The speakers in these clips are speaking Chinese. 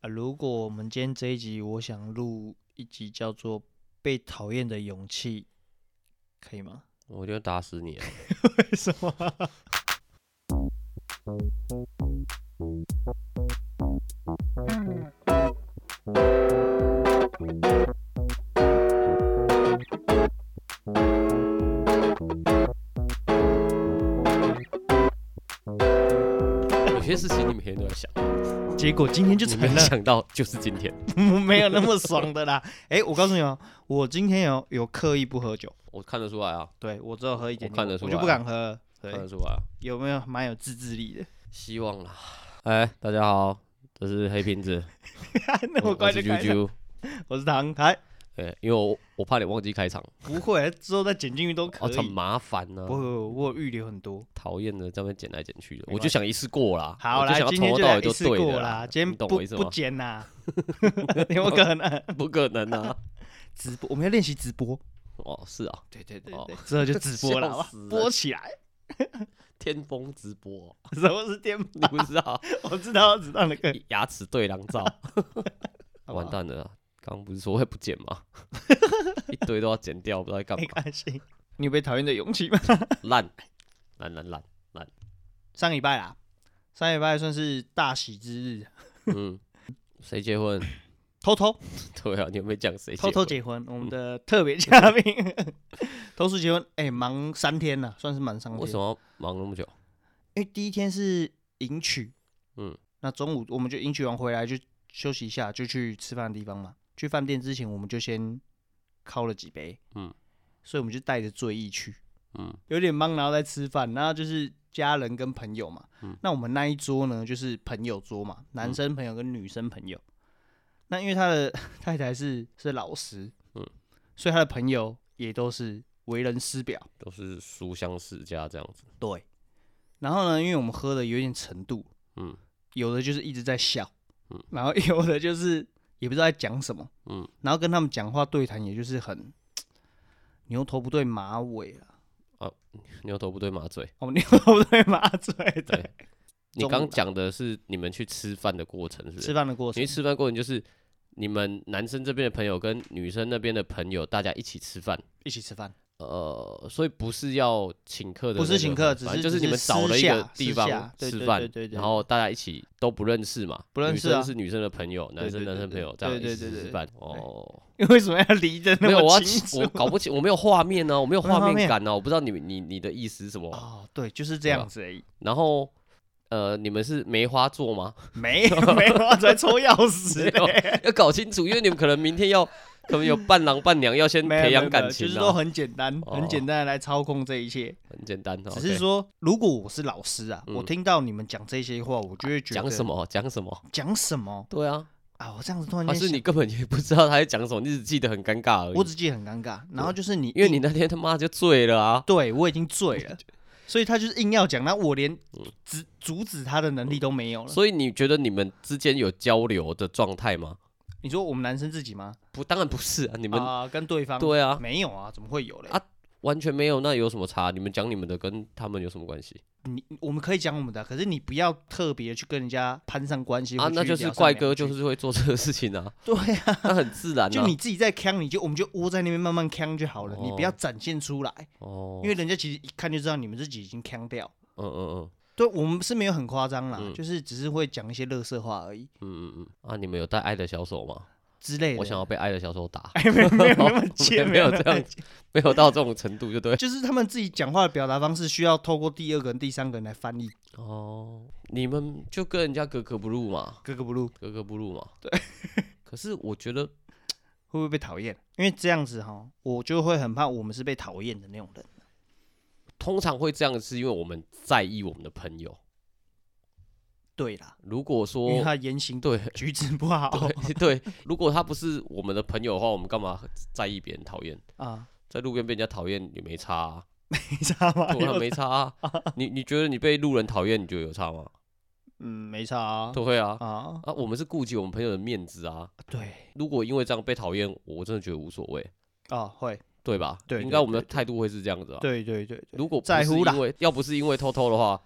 啊，如果我们今天这一集，我想录一集叫做《被讨厌的勇气》，可以吗？我就打死你啊！ 为什么？有些事情你每天都要想， 结果今天就你成没有了，想到就是今天。 没有那么爽的啦。哎、我告诉你哦，我今天有有刻意不喝酒，我看得出来啊，对我只有喝一点点，我看得出我就来不敢喝了。看得对，出来啊。有没有蛮有自制力 的？希望啦。哎，大家好，这是黑瓶子， 那么快是就啾开始，啾。我是唐凯，哎，因为我我怕你忘记开场，不会，之后再剪进去都可哦，很以。麻烦呢不。会，我有预留很多。讨厌的，这边剪来剪去的，没关系我就想一次过啦。好我就啦，想要今天从头就到来尾一都次对过的啦，今天你懂不我意思不吗？剪啦， 有可能不可能啊！直播，我们要练习直播， 哦，是啊，对对对哦对，之后就直播了，笑好吧死人播起来。 天风直播，啊什么是颠簸？你不知道我知道，我知道那个。 牙齿对狼 照，好不好完蛋了啊。刚刚不是说会不剪 吗？一堆都要剪掉，不知道在干嘛没。关系。你有被讨厌的勇气吗？烂烂烂烂， 上礼拜啦，上礼拜算是大喜之日，嗯，谁结婚？ 偷偷对啊，你有没有讲谁？偷偷，结婚，我们的特别嘉宾 偷叔结婚，哎、忙三天了，算是忙三天。为什？么要忙那么久？因为第一天是迎娶，嗯，那中午我们就迎娶完回来就休息一下，就去吃饭的地方嘛。去饭店之前，我们就先敲了几杯，嗯，所以我们就带着醉意去，嗯，有点忙，然后在吃饭，然后就是家人跟朋友嘛。嗯那我们那一桌呢，就是朋友桌嘛，男嗯生朋友跟女生朋友。那因为他的太太是是老师，嗯，所以他的朋友也都是为人师表。都是书香世家这样子。对，然后呢，因为我们喝的有点程度，嗯有的就是一直在笑，嗯然后有的就是也不知道在讲什么，嗯，然后跟他们讲话对谈，也就是很牛头不对马尾啊，牛头不对马 嘴。哦，牛头不对马嘴，对，对，你中午啦刚讲的是你们去吃饭的过程，是不吃是？饭的过你程去，吃饭过程就是你们男生这边的朋友跟女生那边的朋友大家一起吃饭。一起吃饭， 呃，所以不是要请客的那不个，是请客只反正是就是只你们是找私了一下个地私下方对吃对饭对对，对然后大家一起都不认识嘛，不认女识生啊是女生的朋友，男对生对男对生朋对友，这样对一起对对吃对饭。哦，为什么要离得那没有，我么要清请我楚？搞不清，我没有画面啊呢，我没有没有画画面面感呢，我不知道你们你你的意思是什么。哦，对，就是这对样吧子而已，然后呃，你们是梅花座吗？ 没有没有，在抽钥匙没有的。要搞清楚，因为你们可能明天要，可能有伴郎伴娘要先没有培没养有没感有情就是都啊，很简单，很哦简单的来操控这一切。很简单。只 OK 是说，如果我是老师啊，我嗯听到你们讲这些话，我就会觉得讲什么讲什么，讲什么对啊，啊！我这样子突然还间是你想，根本也不知道他在讲什么，你只记得很尴尬而我已。只记得很尴尬。然后就是你，因为你那天他妈就醉了啊，对我已经醉了，所以他就是硬要讲，那我连阻阻止他的能力都没有了。嗯所以你觉得你们之间有交流的状态吗？你说我们男生自己吗？不，当然不是啊，你们啊，跟对方对啊，没有啊？怎么会有嘞？啊完全没有，那有什么差？你们讲你们的跟他们有什么关系你我们可以讲我们的，可是你不要特别去跟人家攀上关系啊或？去那就是聊上怪两哥句就是会做这个事情啊， 对啊，那很自 然就啊你。自己在呛，你就我们就窝在那边慢慢呛就好了，你不要哦展现出来。哦，因为人家其实一看就知道你们自己已经腔掉。嗯嗯嗯对我们是没有很夸张啦，嗯就是只是会讲一些乐色话而已嗯嗯嗯啊，你们有带爱的小手吗？之类的。我想要被爱的小手打，哎， 没有没有那么贱， 没有那么这样贱，没有到这种程度就 对。就是他们自己讲话的表达方式需要透过第二个人、第三个人来翻译，哦，你们就跟人家格格不入嘛，格格不入，格格不入嘛。对。 可是我觉得，会不会被讨厌？因为这样子哈，我就会很怕我们是被讨厌的那种人。通常会这样，是因为我们在意我们的朋友。对啦，如果说因为他言行 对举止不好对对，如果他不是我们的朋友的话，我们干嘛在意别人讨厌？ 啊，在路边被人家讨厌也没 差、啊，你知道吗？对啊，没差、 啊。你你觉得你被路人讨厌，你觉得有差吗？嗯，没差啊都会啊。啊，啊，我们是顾及我们朋友的面子啊。对如果因为这样被讨厌，我真的觉得无所谓，啊，会，对吧？对应对该我们的对态度会是这样子啊。对对对对，如果不在是乎啦嗯因为要不是因为偷偷的话，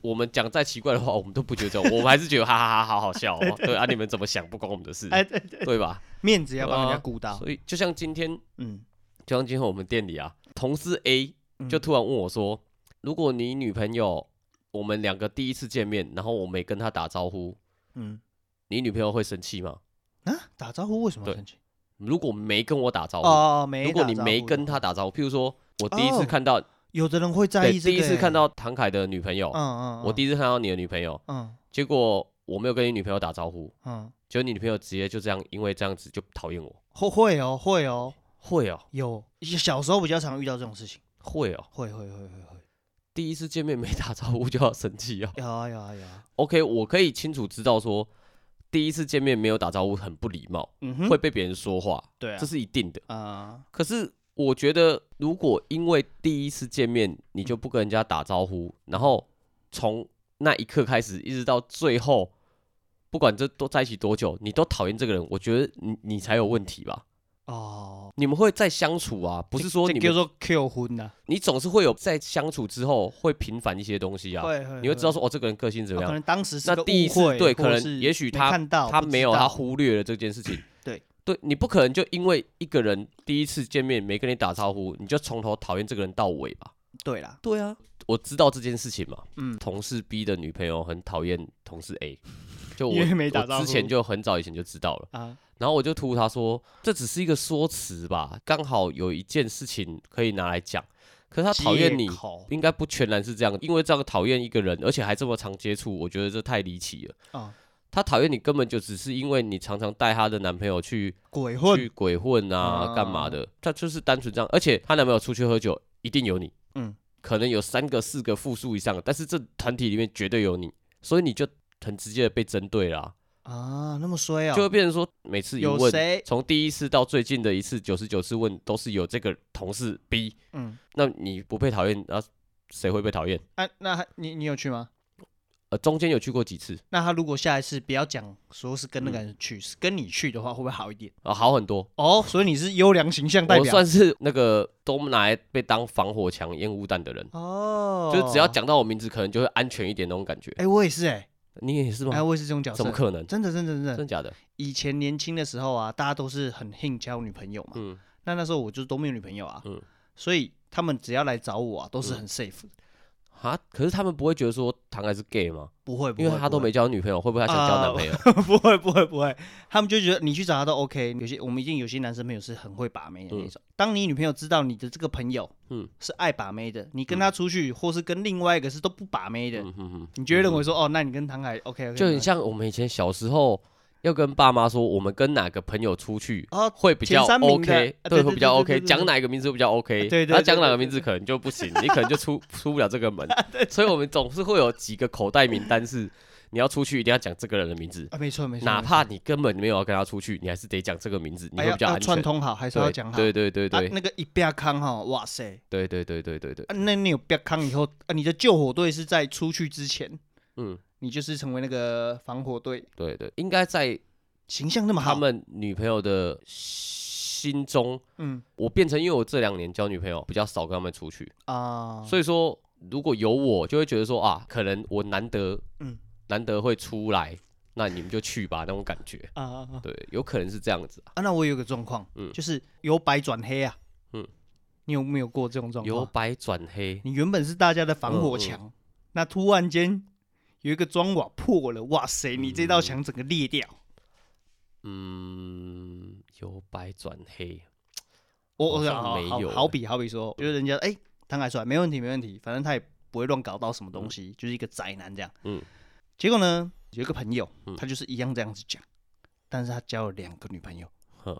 我们讲再奇怪的话，我们都不觉得这样， 我们还是觉得哈哈哈，好好笑、哦。对啊，你们怎么想不关我们的事，哎，对对，对吧？面子要帮人家对啊顾到，所以就像今天，嗯，就像今天我们店里啊，同事 A 嗯就突然问我说：“如果你女朋友，我们两个第一次见面，然后我没跟她打招呼，嗯你女朋友会生气吗啊，打招呼为什么要对生气？？”如果没跟我打招呼，哦，没打如招呼的果话。你没跟她打招呼，譬如说我第一哦次看到，有的人会在对，意这个欸，第一次看到唐凯的女朋友嗯，，嗯嗯，我第一次看到你的女朋友，嗯结果我没有跟你女朋友打招呼，嗯，结果你女朋友直接就这样，因为这样子就讨厌我，会会哦，会哦，会哦，有小时候比较常遇到这种事情，会哦，会会会会会，第一次见面没打招呼就要生 气哦。有啊有啊有啊， OK，我可以清楚知道说，第一次见面没有打招呼很不礼貌，嗯哼，会被别人说话，对啊这，是一定的。啊可是我觉得，如果因为第一次见面你就不跟人家打招呼，然后从那一刻开始一直到最后，不管这都在一起多久，你都讨厌这个人，我觉得你你才有问题吧？哦，你们会再相处啊，不是说这你叫们做啊 Q 婚呐，你总是会有在相处之后会平反一些东西啊，会会，你会知道说哦这个人个性怎哦么可样，能当时是那个第一误次会对或可者能是也许没他看到他不没知有啊他道。忽略了这件事情对，对你不可能就因为一个人第一次见面没跟你打招呼，你就从头讨厌这个人到尾吧？对啦，对啊，我知道这件事情嘛。嗯同事 B 的女朋友很讨厌同事 A，就我因为没打招我呼之前就很早以前就知道了，啊，然后我就吐他说这只是一个说辞吧，刚好有一件事情可以拿来讲，可是他讨厌你借。口应该不全然是这样，因为这样讨厌一个人，而且还这么常接触，我觉得这太离奇了。啊，她讨厌你根本就只是因为你常常带她的男朋友去鬼混，去鬼混啊，啊干嘛的？她就是单纯这样，而且她男朋友出去喝酒一定有你，嗯，可能有三个、四个复数以上的，但是这团体里面绝对有你，所以你就很直接的被针对啦、啊，那么衰就哦，会变成说每次一有问，谁？从第一次到最近的一次九十九次问，都是有这个同事 B，嗯，那你不被讨厌，然后谁会被讨厌？啊，那还你你有去吗？呃，中间有去过几次那他如果下一次不要讲说是跟那个嗯人去，是跟你去的话，会不会好一点？啊、好很多，哦，所以你是优良形象代我表算是那个都拿来被当防火墙、烟雾弹的人，哦，就是只要，讲到我名字，可能就会安全一点那种感觉。哎，我也是哎，你也是哎，吗？我也是这种角色啊怎么，可能？真的真的真真的的，假的？以前年轻的时候啊，大家都是很恨交女朋友嘛，嗯，那那时候我就是都没有女朋友啊嗯，所以他们只要来找我啊，都是很 safe 的，啊，可是他们不会觉得说唐凯是 gay 吗？不会，不因为会他都不会呃没交女朋友，会不会他想交男朋友？ 不会不会不会，他们就觉得你去找他都 OK。有些我们一定有些男生朋友是很会把妹的那种。当你女朋友知道你的这个朋友，嗯是爱把妹的，你跟他出去、或是跟另外一个是都不把妹的，嗯哼哼，你就会认为说，哦，那你跟唐凯 OK OK，就很像我们以前小时候要跟爸妈说，我们跟哪个朋友出去。哦，会比较前三名的 OK，啊对对对，会比较对 OK，对对对讲哪个名字会比较 OK，对对对他讲对哪对个对啊名字可能就不行，你可能就出 出不了这个门，所以我们总是会有几个口袋名单是你要出去一定要讲这个人的名字，啊，没 错没错，哪没怕你根本没有要跟他出去，你还是得讲这个名字，你错哎会要比较要安全串。通好，还是要对讲好。对对对啊对，那个一别康哈，哇塞，对对对对对对，啊、那你有别康以后，啊，你的救火队是在出去之前，嗯，你就是成为那个防火队，对对，应该在形象那哦么好，他们女朋友的心中，嗯我变成因为我这两年交女朋友比较少跟他们出去，啊，所以说如果有我，就会觉得说啊，可能我难得，嗯难得会出来，那你们就去吧，那种感觉，啊啊啊对，有可能是这样子啊，啊，那我有个状况，嗯就是由白转黑啊，嗯你有没有过这种状由况？白转黑，你原本是大家的防火嗯嗯墙，那突然间有一个砖瓦破了，哇塞，你这道墙整个裂掉。嗯，由白转黑，我我好像想好没好有好欸比好比说，就是人家哎，摊开出来没问题没问题，反正他也不会乱搞到什么东西，就是一个宅男这样。嗯结果呢，有一个朋友嗯，他就是一样这样子讲，但是他交了两个女朋友，哼，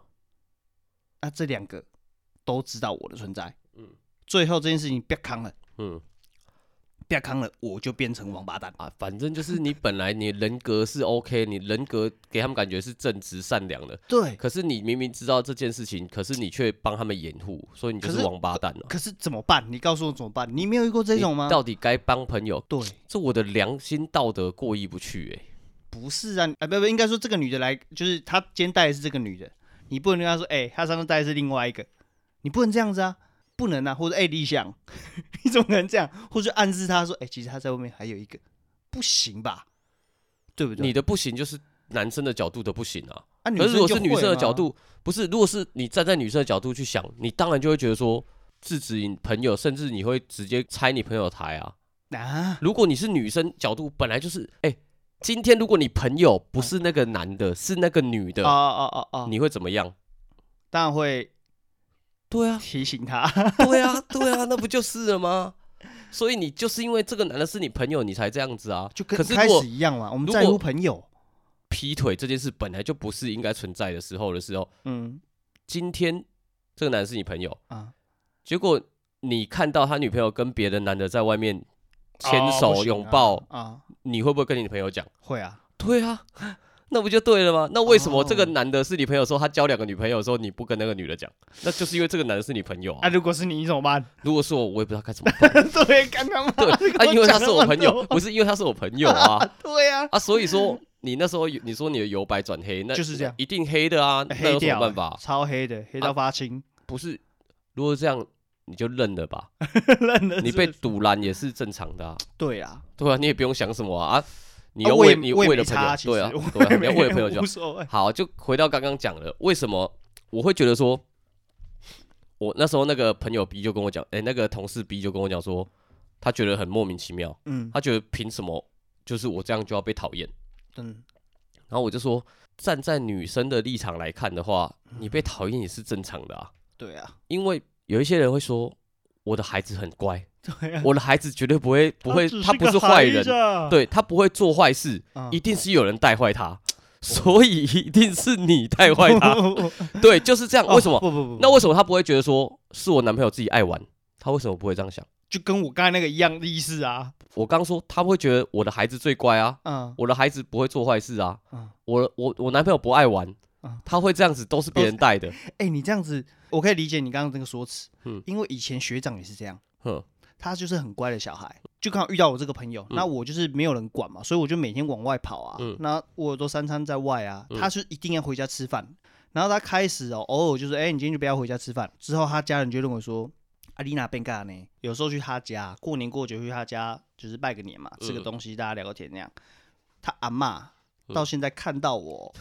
那这两个都知道我的存在，嗯最后这件事情别扛了。嗯。不要扛了，我就变成王八蛋。啊，反正就是你本来你人格是 OK，你人格给他们感觉是正直善良的，对，可是你明明知道这件事情，可是你却帮他们掩护，所以你就可是是王八蛋了、可是怎么办？你告诉我怎么办？你没有遇过这你种吗？到底该帮朋友？对，这我的良心道德过意不去哎、不是啊，啊不不，应该说这个女的来，就是她今天带的是这个女的，你不能跟她说，哎、她上次带的是另外一个，你不能这样子啊。不能啊，或者哎、理想， 你怎么可能这样？或者暗示他说，哎、其实他在外面还有一个，不行吧？对不对？你的不行就是男生的角度的不行啊。啊，女可生是如果是就女会生的吗角，度，不是，如果是你站在女生的角度去想，你当然就会觉得说制止你朋友，甚至你会直接拆你朋友台啊。啊，如果你是女生角度，本来就是，哎、今天如果你朋友不是那个男的，是那个女的，哦哦哦哦，你会怎么样？当然会对啊，提醒他。 对啊，对啊，那不就是了吗？所以你就是因为这个男的是你朋友，你才这样子啊。 就可跟是开如果始一样嘛，我们如在果乎朋友，劈腿这件事本来就不是应该存在的时候的时候，嗯今天这个男的是你朋友，啊，结果你看到他女朋友跟别的男的在外面牵哦不手、行拥啊抱，啊，你会不会跟你朋友讲？会啊，对啊， 那不就对了吗？那为什么这个哦男的是你朋友说他交两个女朋友的时候，你不跟那个女的讲？那就是因为这个男的是你朋友 啊，啊。如果是你你怎么办？如果是我，我也不知道该怎么 办。对，刚刚嘛对 跟我啊，因为他讲是了我很朋友多， 不是因为他是我朋友啊 对啊，啊，所以说你那时候有你说你的由白转黑，那就是这样一定黑的啊，那黑有什掉么办欸法，？超黑的，黑啊到发青， 不是，如果这样你就认了吧，认了 你是被不是堵拦也是正常的啊。对啊，对啊，你也不用想什么啊，啊你啊要我也为你我也为没了朋差友，其对啊实，对啊，我你也要没为了朋友就好无所谓，好。就回到刚刚讲的，为什么我会觉得说，我那时候那个朋友 B 就跟我讲，哎、那个同事 B 就跟我讲说，他觉得很莫名其妙，嗯他觉得凭什么就是我这样就要被讨厌？嗯，然后我就说，站在女生的立场来看的话，嗯你被讨厌也是正常的啊，对啊，因为有一些人会说，我的孩子很乖，对啊， 我的孩子绝对不会不会，只他不个是坏孩人子，啊，对他不会做坏事，嗯 一定是有人带坏他，所以一定是你带坏 他。对，就是这样。为什哦么？不不不，那为什么他不会觉得说是我男朋友自己爱玩？他为什么不会这样想？就跟我刚才那个一样的意思啊，我刚说他会觉得我的孩子最乖啊，嗯我的孩子不会做坏事啊嗯，我我我男朋友不爱玩嗯，他会这样子都是别人带的。哎、你这样子，我可以理解你刚刚那个说辞，嗯因为以前学长也是这样，哼，他就是很乖的小孩，就刚好遇到我这个朋友，那我就是没有人管嘛，所以我就每天往外跑啊，嗯那我都三餐在外啊，嗯他是一定要回家吃饭，然后他开始哦，偶尔就是哎、你今天就不要回家吃饭，之后他家人就认为说。阿丽娜变干呢？有时候去他家，过年过节去他家，就是拜个年嘛，吃个嗯东西，大家聊个天那样。他阿妈到现在看到我，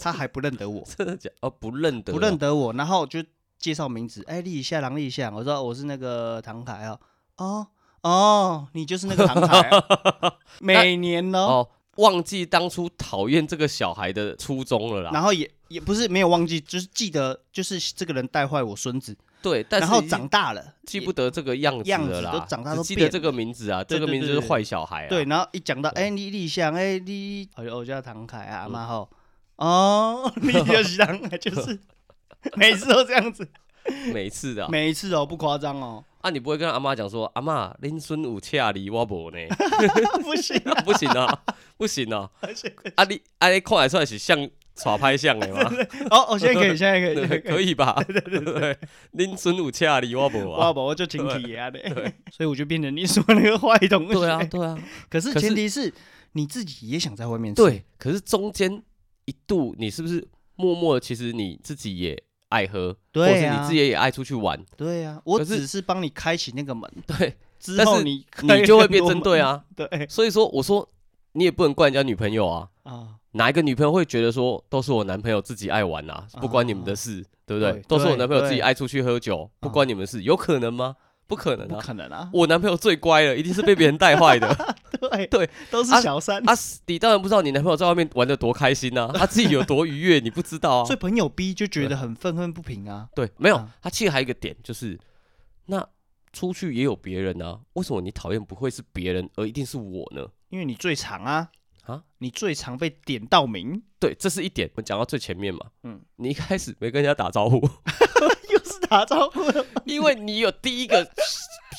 他还不认得我，真的假？哦，不认得，不认。得我，然后就介绍名字，哎，立一下，郎立一下，我说我是那个唐凯啊，哦哦，你就是那个唐 凯啊、每年呢，哦，忘记当初讨厌这个小孩的初衷了啦。然后也也不是没有忘记，就是记得就是这个人带坏我孙子，对，但是啊然后已经长大了，记也不得这个样样了子啦，都长大只都记变得这个名字啊，这对个对名字对是对坏小孩啊。对，然后一讲到哎，你立想，哎你，哎呦，我叫唐凯啊，阿嗯妈吼，哦，你就是唐凯，就是 每次都这样子， 每次的啊每一次哦，不夸张哦， 啊，你不会跟阿妈讲说，阿妈，恁孙有恰离我无呢？ 不行，不行啊，不行 啊！而且啊你啊你看得出来是像耍拍像的 吗？哦哦，现在可以，现在可以，现在对，可以。 可以吧？对对对，恁孙有恰离我无哇，啊？宝宝就挺体啊的 对，所以我就变成你说那个坏同学。对啊，，对啊，可是可是前提是你自己也想在外面吃，对。可是中间一度，你是不是默默地其实你自己也爱喝，或对是啊你自己也爱出去玩？对啊，我可是只是帮你开启那个门，对，之但后是你你就会被变针 对，啊。对所以说，我说你也不能怪人家女朋友啊。啊，哪一个女朋友会觉得说都是我男朋友自己爱玩啊，不关你们的事，对不对？对都是我对男朋友自己对啊爱出去喝酒，不关你们的事，有可能吗？不可能不啊！可能啊，我男朋友最乖了，一定是被别人带坏的 对对，都是啊小三，啊！你当然不知道你男朋友在外面玩的多开心啊，他自己有多愉悦，你不知道啊所以。朋友 B 就觉得很愤愤不平啊，对，没有啊，他其实还有一个点就是，那出去也有别人啊，为什么你讨厌不会是别人，而一定是我呢？因为你最长啊，啊，你最常被点到名， 对，这是一点。我们讲到最前面嘛，嗯嗯，你一开始没跟人家打招呼，又是打招呼了，因为你有第一个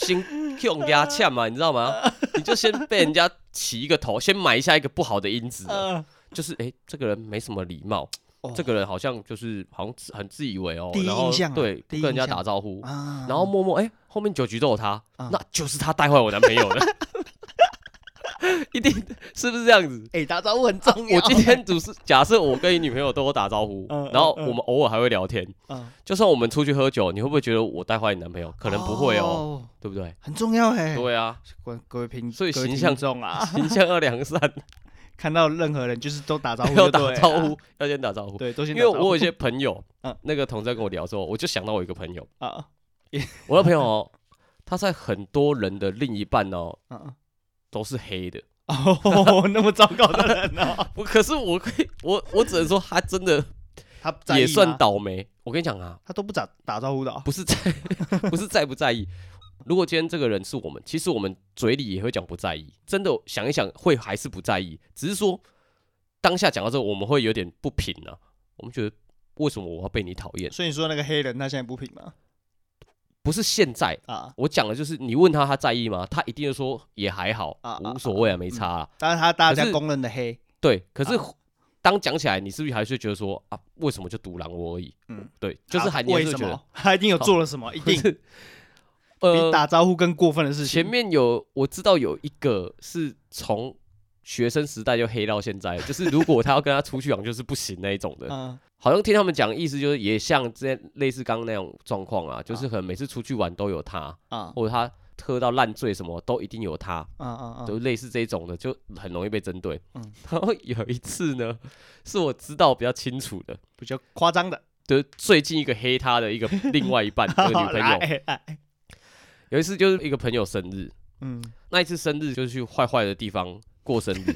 先用压呛嘛，你知道吗？你就先被人家起一个头，先埋下一个不好的因子了，呃就是哎、诶这个人没什么礼貌，哦这个人好像就是好像自很自以为哦，第一然后印象啊对，不第一跟人家印象打招呼，啊，然后默默哎、诶后面九局都有他，啊那就是他带坏我男朋友的。 一定是不是这样子？哎、打招呼很重要。 啊我今天只是假设我跟你女朋友都有打招呼嗯，然后嗯嗯我们偶尔还会聊天。嗯，就算我们出去喝酒，你会不会觉得我带坏你男朋友？可能不会哦，哦，对不对？很重要哎、对啊，各各位评，所以各位形听象众啊，形象要良善，看到任何人就是都 打招呼， 要打招呼，，要先打招呼。对，都先因打为招呼。我有一些朋友 嗯，那个同事在跟我聊的时候，我就想到我一个朋友，啊，我的朋友哦，他在很多人的另一半哦嗯都是黑的。哦， 那么糟糕的人 哦，我可是我可以，我我只能说他真的他在意也吗算，倒霉。我跟你讲啊，他都不打打招呼的哦不是在 不是在不在意。如果今天这个人是我们，其实我们嘴里也会讲不在意，真的想一想会还是不在意，只是说当下讲到这个，我们会有点不平啊。我们觉得为什么我要被你讨厌？所以你说那个黑人他现在不平吗？不是现在，啊，我讲的就是你问他他在意吗？他一定会说也还好啊啊，嗯啊无所谓啊，没差啊。当然他大可家是公认的黑，对，可是当讲起来，你是不是还是觉得说啊，为什么就独狼我而已？嗯嗯，对，就是啊还你还为是会什觉得么他一定有做了什么，一不定是比呃，打招呼更过分的事情。前面有我知道有一个是从学生时代就黑到现在，就是如果他要跟他出去玩，就是不行那一种的。嗯好像听他们讲，意思就是也像这类似刚刚那种状况啊，就是嗯可能每次出去玩都有他，啊或者他喝到烂醉什么都一定有他，啊啊就类似这种的，就很容易被针对嗯。然后有一次呢，是我知道比较清楚的，比较夸张的，就是最近一个黑他的一个另外一 半这个女朋来友，哎哎有一次就是一个朋友生日，嗯， 那一次生日就是去坏坏的地方过生日，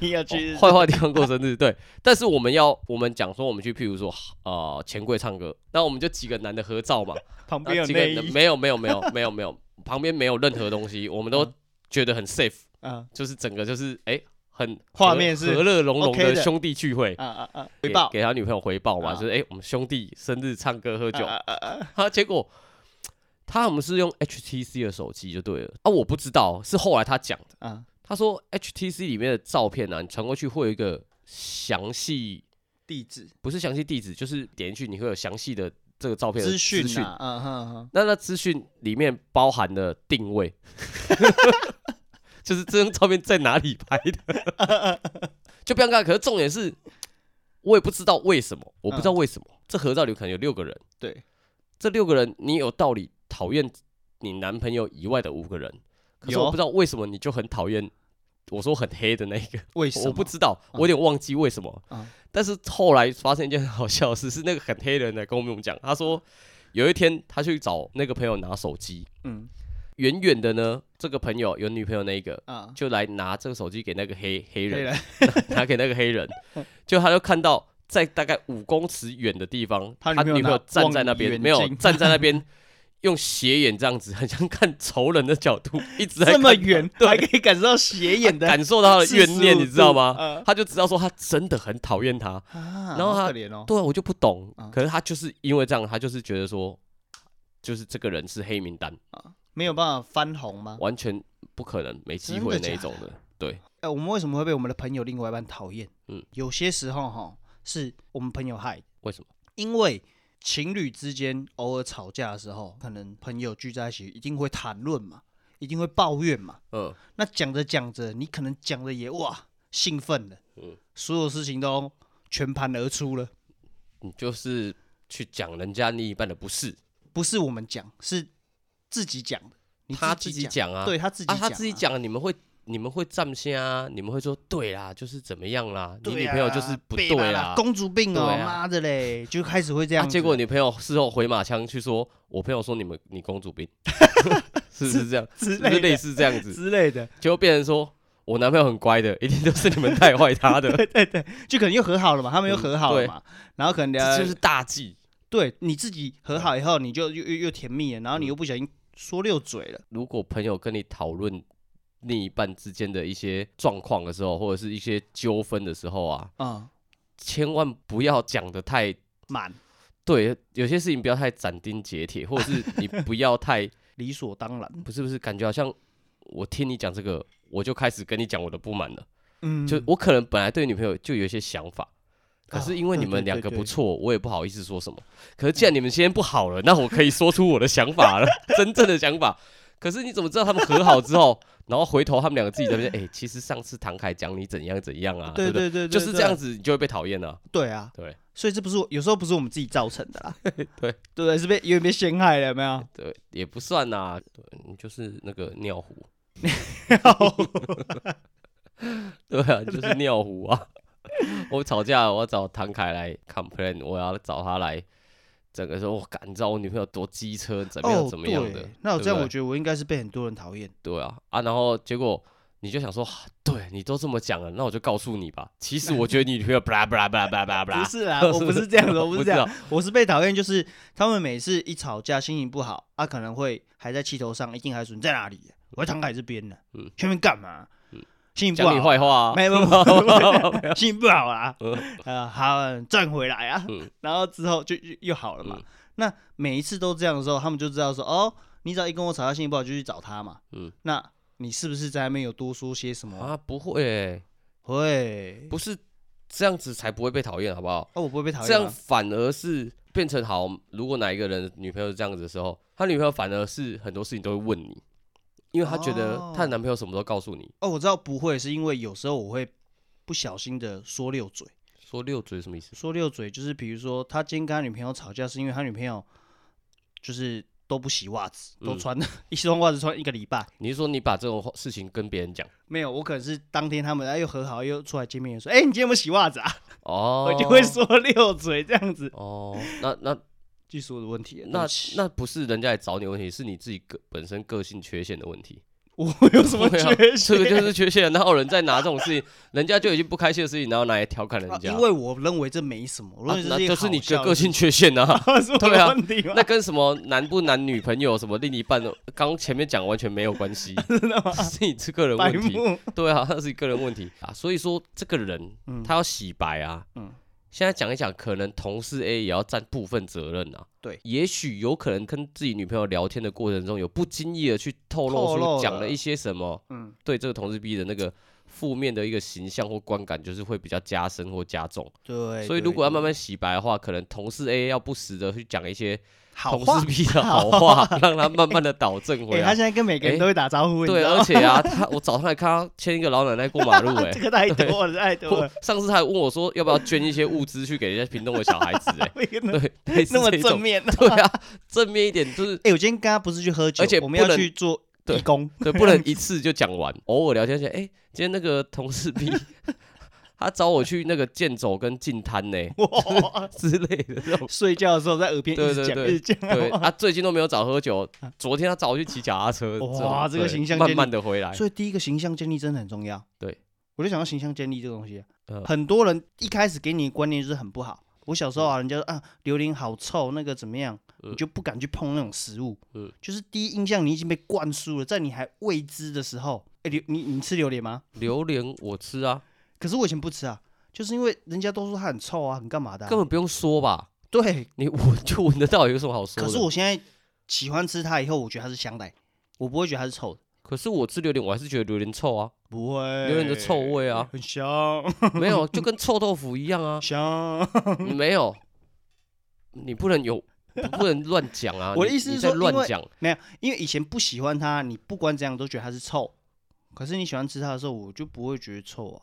你要去哦坏坏的地方过生日，对。但是我们要我们讲说我们去，譬如说呃钱柜唱歌，那我们就几个男的合照 嘛，旁边那有啊几个内人衣，没有没有没有没有没有，旁边没有任何东西，我们都嗯觉得很 safe，嗯就是整个就是哎、很画和面是和乐融融 OK 的的兄弟聚会。啊啊啊，给回报给他女朋友回报嘛，啊就是哎、我们兄弟生日唱歌喝酒，啊啊啊啊 他结果他们是用 HTC 的手机就对了啊，我不知道，是后来他讲的。啊，他说 HTC 里面的照片啊，你传过去会有一个详细，地址不是详细地址，就是点进去你会有详细的这个照片的资讯资讯。啊，嗯哼哼，那那资讯里面包含了定位， 就是这张照片在哪里拍的， 就不要看。可是重点是，我也不知道为什么，我不知道为什么、这合照里可能有六个人。嗯对，这六个人，你有道理讨厌你男朋友以外的五个人，可是有我不知道为什么你就很讨厌我说很黑的那一个，为什么？我不知道，嗯我有点忘记为什么。嗯但是后来发生一件很好笑的事， 是那个很黑的人来跟我们讲，他说有一天他去找那个朋友拿手机，嗯远远的呢，这个朋友有女朋友那一个。啊，就来拿这个手机给那个黑黑黑人，人 拿给那个黑 人，就他就看到在大概五公尺远的地方，他他女朋友女朋友拿站望在那边，远没有镜站在那边，用斜眼这样子，很像看仇人的角度，一直在这么看他远，还可以感受到斜眼的 感受到他的怨念， 45你知道度吗？呃他就知道说他真的很讨厌他，啊，然后好他可怜哦，对啊，我就不懂啊，可是他就是因为这样，他就是觉得说，就是这个人是黑名单，没有办法翻红吗？完全不可能没机哦真会的那一假种的，对，哎，我们为什么会被我们的朋友另外一半讨厌？嗯嗯，有些时候哈，是我们朋友害的，为什么？因为。情侣之间偶尔吵架的时候，可能朋友聚在一起一定会谈论嘛，一定会抱怨嘛。嗯，那讲着讲着，你可能讲的也哇兴奋了，嗯所有事情都全盘而出了。你就是去讲人家另一半的不是，不是我们讲，是自己讲的。你他自自己己讲，讲啊，对他自己啊，讲、他自己，讲，你们会你们会站下啊，你们会说对啦，就是怎么样啦，你女朋友就是不对对啊啦。公主病哦，对啊妈的嘞，就开始会这样啊！子、结果女朋友事后回马枪去说，我朋友说你们你公 主病，是不是这样？之是不是类类的似这样子？之类的，结果变成说我男朋友很乖的，一定都是你们带坏他的，就可能又和好了嘛，他们又嗯和好了嘛，然后可能呃这就是大忌。对你自己和好以后，你就又又又甜蜜了，然后你又不小心说溜嘴了，如果朋友跟你讨论另一半之间的一些状况的时候，或者是一些纠纷的时候啊，嗯，千万不要讲的太满对，有些事情不要太斩钉截铁，或者是你不要太理所当然，不是不是，感觉好像我听你讲这个，我就开始跟你讲我的不满了。嗯，就我可能本来对女朋友就有一些想法，可是因为啊你对们对两对个不对错，我也不好意 思说什么。可是既然你们今天不好了，那我可以说出我的想法了，真正的想法。可是你怎么知道他们和好之后，然后回头他们两个自己在那边，哎、其实上次唐凯讲你怎样怎样啊，对不对？对对，就是对这样，子，你就会被讨厌了。对啊，对所以这不是我有时候不是我们自己造成的啦，对 对不对？是被有点被陷害了，有没有？对，也不算呐、对你就是那个尿壶，对啊，你就是尿壶啊。我吵架，我要找唐凯来 complain，我要找他来整个说，我感你知道我女朋友多机车，怎么样怎么样的。哦对那我这对样，不对我觉得我应该是被很多人讨厌。对啊，啊，然后结果你就想说，啊对你都这么讲了，那我就告诉你吧。其实我觉得你女朋友 blah blah blah blah blah 不 blah，是啦，我不是这样的，我不是这样，不是啊我是被讨厌，就是他们每次一吵架，心情不好，啊，可能会还在气头上，一定还说你在哪里，啊我在唐凯这边呢，嗯去那边干嘛？心情不讲你好啊，坏话啊。没有没有没 有，心情不好啦嗯，啊，好站回来啊，嗯然后之后就又又好了嘛嗯。那每一次都这样的时候，他们就知道说，哦，你只要一跟我吵架，心情不好就去找他嘛。嗯那你是不是在那边有多说些什么？啊，不会欸、会，不是这样子才不会被讨厌，好不好？哦，我不会被讨这厌样吗。反而是变成好。如果哪一个人的女朋友是这样子的时候，他女朋友反而是很多事情都会问你，因为他觉得哦他的男朋友什么都告诉你。哦，我知道不会，是因为有时候我会不小心的说溜嘴。说六嘴是什么意思？说溜嘴就是，比如说他今天跟他女朋友吵架，是因为他女朋友就是都不洗袜子，都嗯穿、 一双袜子穿一个礼拜。你是说你把这种话事情跟别人讲？没有，我可能是当天他们哎又和好，又出来见面，说哎、你今天有没有洗袜子啊？ 哦，我就会说溜嘴这样子，哦，那那技术的问题。那对不起那不是人家来找你的问题，是你自己个本身个性缺陷的问题。我有什么对啊缺这陷？个就是缺陷，哪有人在拿这种事情，人家就已经不开心的事情，然后拿来调侃人啊家？因为我认为这没什么，我啊认为那这就是是一你个的好笑个的性缺陷啊。事 情，是我对啊的问题 吗那？跟什么男不男女朋友什么另一半的，刚前面讲完全没有关 系，是你这个人白问题。目，对啊，那是你个人问题啊。所以说这个人嗯他要洗白啊。嗯现在讲一讲，可能同事 A 也要占部分责任啊。对也许有可能跟自己女朋友聊天的过程中，有不经意的去透露透露出讲了了一些什么，嗯，对这个同事 B 的那个负面的一个形象或观感，就是会比较加深或加重。对。所以如果要对慢慢洗白的话，可能同事 A 要不时的去讲一些好同话事，B 的好话，让他慢慢的导正 回哎，他来现。在跟每个人都会打招呼，你对，知道而吗啊且啊，他我早上还看他牵一个老奶奶过马路、 这哎，个太多了，太多我了，上次他还问我说要不要捐一些物资去给人家屏东的小孩子、哎， 对，类似 那么这一正种， 面。对啊，正面一点就是哎，我今天跟他不是去喝酒，而且我们不要能去做对义 工，对，不能一次就讲完， 偶尔聊天一下，哎、今天那个同事 B，他找我去那个健走跟进滩 呢哇，之类的这种。睡觉的时候在耳边一直对对讲，对一直对，讲。他最近都没有找 喝酒，昨天他找我去骑脚踏车。哇种这个对形象建慢立慢的回来。所以第一个形象建立真的很重要。哎对，我就想到形象建立这个东西啊、嗯很多人一开始给你的观念就是很不好。我小时候啊，人家说啊榴莲好臭，那个怎么样，嗯你就不敢去碰那种食物。嗯就是第一印象你已经被灌输了，在你还未知的时候，哎、榴你你吃榴莲吗？榴莲我吃啊，可是我以前不吃啊，就是因为人家都说它很臭啊，很干嘛的啊、根本不用说吧，对。你闻就闻得到，有什么好说可的？是我现在喜欢吃它以后，我觉得它是香的欸、我不会觉得它是臭的，可是我吃榴莲，我还是觉得榴莲臭啊，不会，榴莲的臭味啊 很香没有，就跟臭豆腐一 样啊，香。你没有，你不能有，不能乱讲啊。我的你意思你是在说因乱为讲，因为以前不喜欢它，你不管怎样都觉得它是臭。可是你喜欢吃它的时候，我就不会觉得臭啊。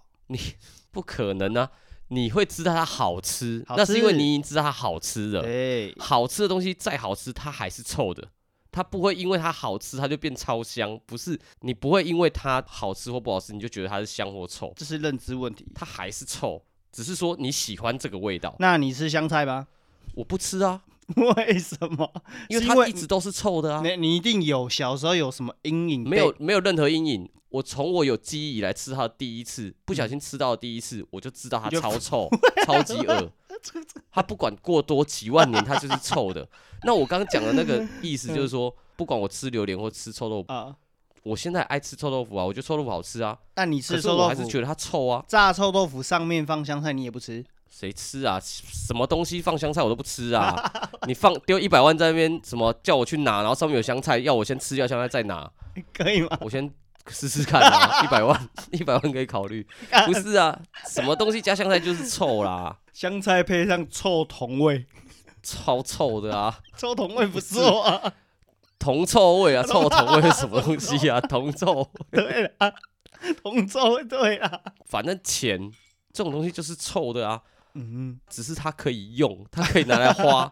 不可能啊！你会知道它好吃，好那是因为吃你已经知道它好吃了。对，好吃的东西再好吃，它还是臭的。它不会因为它好吃，它就变超香。不是，你不会因为它好吃或不好吃，你就觉得它是香或臭，这是认知问题。它还是臭。只是说你喜欢这个味道，那你吃香菜吗？我不吃啊， 为什么？因为是它一直都是臭的啊，你你一定有小时候有什么阴影？没有，没有任何阴影。我从我有记忆以来吃它的第一次，不小心吃到的第一次，我就知道它嗯你就 超臭，超级恶。它不管过多几万年，它就是臭的。那我刚刚讲的那个意思嗯就是说，不管我吃榴莲或吃臭豆腐，啊？我现在爱吃臭豆腐啊，我觉得臭豆腐好吃啊，那你可吃是臭我豆还是腐？觉得它臭啊，炸臭豆腐上面放香菜，你也不吃？ 谁吃啊？什么东西放香菜我都不吃啊！ 你放丢一百万在那边，什么叫我去拿，然后上面有香菜，要我先吃掉香菜再拿，可以吗？我先试试看啊，一百万，一百万可以考虑，不是啊？什么东西加香菜就是臭啦，香菜配上臭铜味，超臭的啊！臭铜味不错啊。铜臭味啊，臭铜味是什么东西啊？铜臭，对啦，同舟对啦，反正钱这种东西就是臭的啊，嗯，只是它可以用，它可以拿来 花，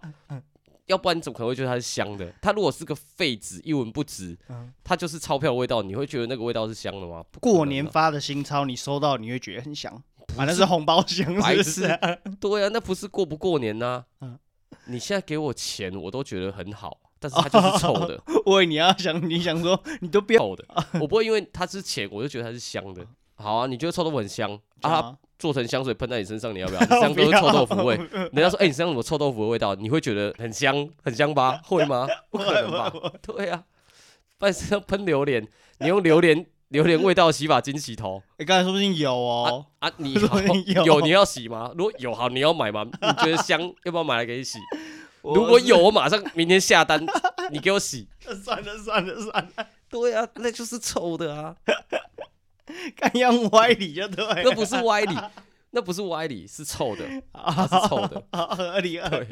要不然你怎么可能会觉得它是香的？它如果是个废纸，一文不值嗯，它就是钞票的味道，你会觉得那个味道是香的吗？不可能啊过年发的新钞你收到你会觉得很香，啊，那是红包香，白是不是啊？对啊，那不是过不过年呐、嗯你现在给我钱，我都觉得很好，但 是它就是臭的，我以为你要想你想说你都不要臭的，我不会因为它是钱，我就觉得它是香的。好啊，你觉得臭豆腐很香啊？啊，做成香水喷在你身上，你要不 要？你身上都是臭豆腐味。 人家说，哎、你身上有什么臭豆腐的味道？你会觉得很香，很香 吧？会吗？不可能吧？ 对啊，半身上喷榴莲，你用榴莲榴莲味道的洗发精洗头你哎刚才说不定有哦，啊？你如好果有有你要洗吗？如果有好，你要买吗？你觉得香，要不要买来给你洗？如果有，我马上明天下单，你给我洗。我是 算了算了算了， 对啊，那就是臭的啊，干样歪理就对那了，不是歪理，那不是歪理，是臭的，它是臭 的。二零二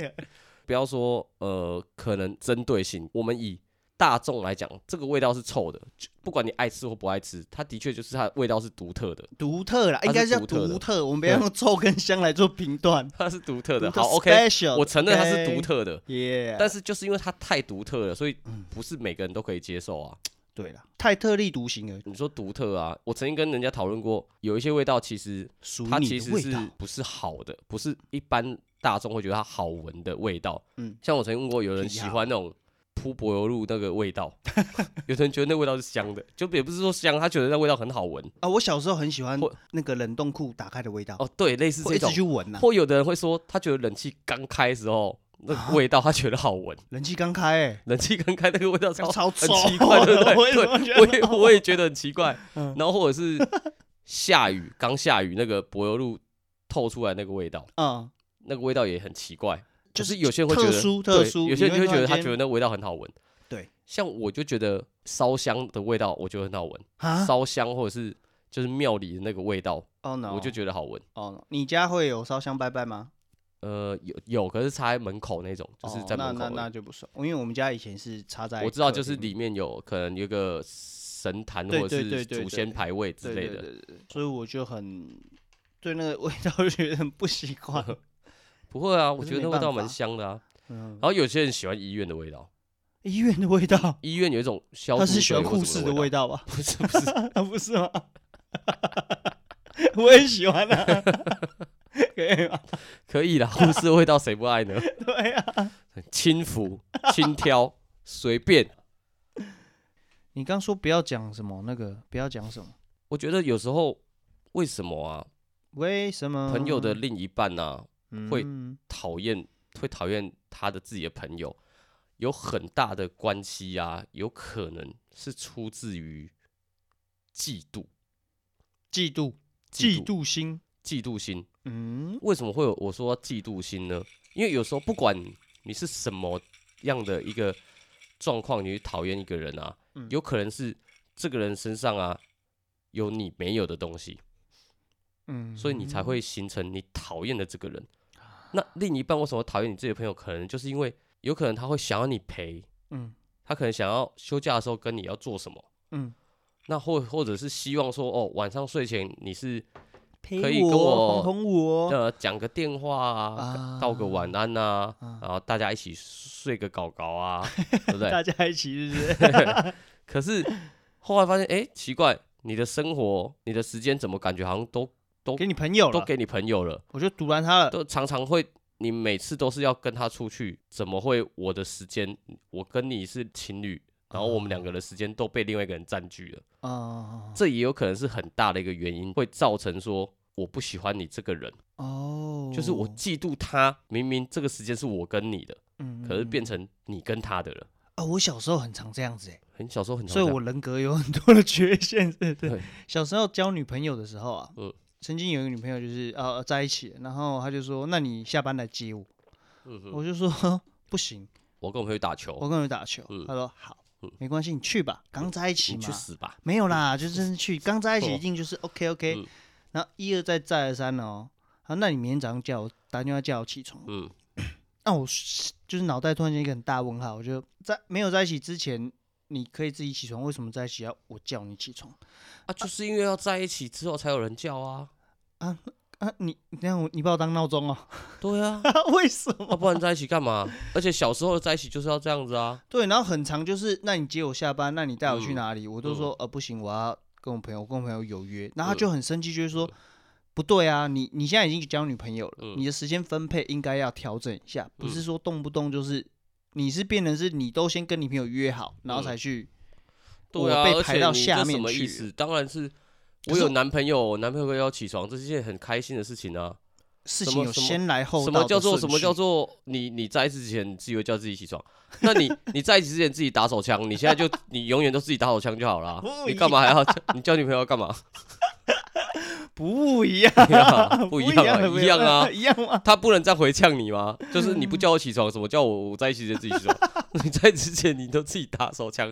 不要说呃，可能针对性，我们以大众来讲，这个味道是臭的，就不管你爱吃或不爱吃，它的确就是它的味道是独特的，独特啦，它是应该叫独特的独特，我们不要用臭跟香来做评断。它是独特的。独特好，OK， special，我承认它是 OK 独特的，耶，但是就是因为它太独特了，所以嗯不是每个人都可以接受啊。对了，太特立独行了，你说独特啊，我曾经跟人家讨论过，有一些味道其实属于它你其的实味是道。不是好的，不是一般大众会觉得它好闻的味道。嗯嗯，像我曾经问过有人屁喜呀欢那种铺柏油路那个味道， 有的人觉得那味道是香的，就也不是说香，他觉得那味道很好闻。啊，我小时候很喜欢或那个冷冻库打开的味道，哦，对，类似会这一直种去。闻啊呐、或有的人会说，他觉得冷气刚开的时候那啊个味道他觉得好闻，冷气刚开、欸，冷气刚开那个味道超超哦很臭奇怪，对不的对？我也对这么觉，得哦我也我也觉得很奇怪。啊嗯然后或者是下雨刚下雨，那个柏油路透出来那个味道，嗯，那个味道也很奇怪。就就是是有些人会觉得特殊对特殊有些人你就会会觉得突他然间觉得那味道很好闻。对，像我就觉得烧香的味道，我觉得很好闻，啊，烧香或者是就是庙里的那个味道，哦 no，我就觉得好闻。哦、no，你家会有烧香拜拜吗？呃，有有，可是插在门口那种，就是在哦、门口那那而那就不算，因为我们家以前是插在已。我知道，客就是厅里面有可能有个神坛对或者对对是对对祖先牌位之对类对的对，对对，所以我就很对那个味道 就觉得很不习惯。 不会啊，我是觉得那没味道办蛮法香的啊。嗯然，后有些人喜欢医院的味道，医院的味道，医院有一种消他毒是喜水欢或护士什么的味味道，道吧？ 不是不是，啊，不是吗？ 我也喜欢啊，可以吗？可以 啦，护士的味道谁不爱呢？对啊。轻浮、轻佻、随便。你刚说不要讲什么那个，不要讲什么，我觉得有时候为什么啊，为什么朋友的另一半啊，会嗯讨厌会讨厌他的自己的朋友，有很大的关系啊，有可能是出自于嫉妒、嫉妒、嫉嫉妒心，嫉妒心。嗯，为什么会有我说嫉妒心呢？因为有时候不管你是什么样的一个状况，你去讨厌一个人啊，嗯有可能是这个人身上啊有你没有的东西，嗯，所以你才会形成你讨厌的这个人。那另一半为什么讨厌你自己的朋友？可能就是因为有可能他会想要你陪，嗯他可能想要休假的时候跟你要做什么，嗯，那或或者是希望说哦晚上睡前你是陪可以跟我我哄哄我，呃讲个电话啊，道个晚安呐、啊然后大家一起睡个搞 搞啊，对不对？大家一起是不是？可是后来发现，哎、奇怪，你的生活、你的时间怎么感觉好像都 给你朋友了，都呃给你朋友了，我就阻拦他了，都常常会，你每次都是要跟他出去，怎么会我的时间，我跟你是情侣，然后我们两个的时间都被另外一个人占据了，哦这也有可能是很大的一个原因，会造成说我不喜欢你这个人。哦，就是我嫉妒他，明明这个时间是我跟你的，嗯，嗯，可是变嗯成你跟他的了。啊，我小时候很常这样子哎。很小时候很常所以这样我人格有很多的缺陷，是不是对？小时候交女朋友的时候啊，嗯曾经有一个女朋友就是呃在一起，然后她就说：“那你下班来接我。嗯哼我就说：“ 不行，我跟我朋友打球，我跟你打球。嗯她说：“好嗯，没关系，你去吧，刚在一起你嘛去。死吧”！没有啦，就真是去，刚在一起 哦一定就是 OK OK 嗯。然后一而再再而三了哦，好，那你明天早上叫我打电话叫我起床，嗯，那我是就是脑袋突然间一个很大问号，我就在没有在一起之前，你可以自己起床，为什么在一起要我叫你起床啊，就是因为要在一起之后才有人叫啊，啊？你你让我你把我当闹 钟哦？对啊，为什么？啊，不然在一起干嘛？而且小时候在一起就是要这样子啊，对，然后很长就是，那你接我下班，那你带我嗯去哪里？我都说呃不行，我要跟我朋友，我跟我朋友有约。然后嗯他就很生气，就是说、不对啊，你你现在已经交女朋友了，嗯你的时间分配应该要调整一下，不是嗯说动不动就是你是变成是你都先跟你朋友约好，然后嗯才去。对啊，我被而排且到你下这面什么去意思？当然是可我是有我男朋友，我男朋友要起床，这是一件很开心的事情啊。事什情么有什么先来后什到么的叫做顺什么叫序做你你在一起之前你自己会叫自己起床？ 那你你在一起之前自己打手枪，你现在就 你永远都自己打手枪就好啦不一。你干嘛还要你叫女朋友要 干嘛？不一样，对啊不一样 啊，不。一样啊一样吗？他不能再回呛 你吗？就是你不叫我起床，什么叫我我在一起之前自己起床？你在之前你都自己打手枪，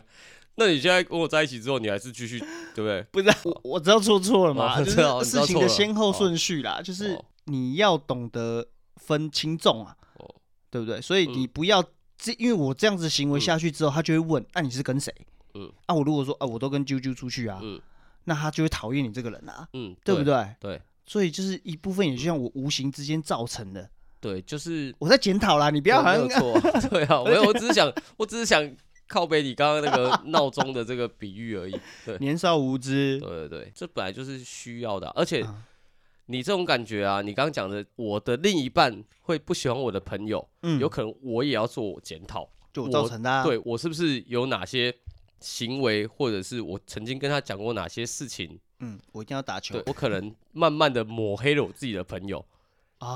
那你现在跟我在一起之后，你还是继续对不对？不是啊、我我知道做错了嘛，哦就知道是你知道事情错的了先后哦顺序啦，就是哦你要懂得分轻重啊，哦对不对？所以嗯你不要这，因为我这样子行为嗯下去之后，他就会问，啊那、你是跟谁？嗯，啊，我如果说啊，我都跟啾啾出去啊，嗯那他就会讨厌你这个人啊，嗯，对不？对？对所以就是一部分也就像我无形之间造成的，对，就是我在检讨啦，你不不要好 像错啊，对啊，没有，我只是想，我只是想靠北你刚刚那个闹钟的这个比喻而已。对年少无知对，对对，这本来就是需要的啊、而且啊你这种感觉啊，你刚刚讲的，我的另一半会不喜欢我的朋友，嗯，有可能我也要做检讨。就我造成的、啊，对我是不是有哪些行为，或者是我曾经跟他讲过哪些事情，嗯，我一定要打球对，我可能慢慢的抹黑了我自己的朋友，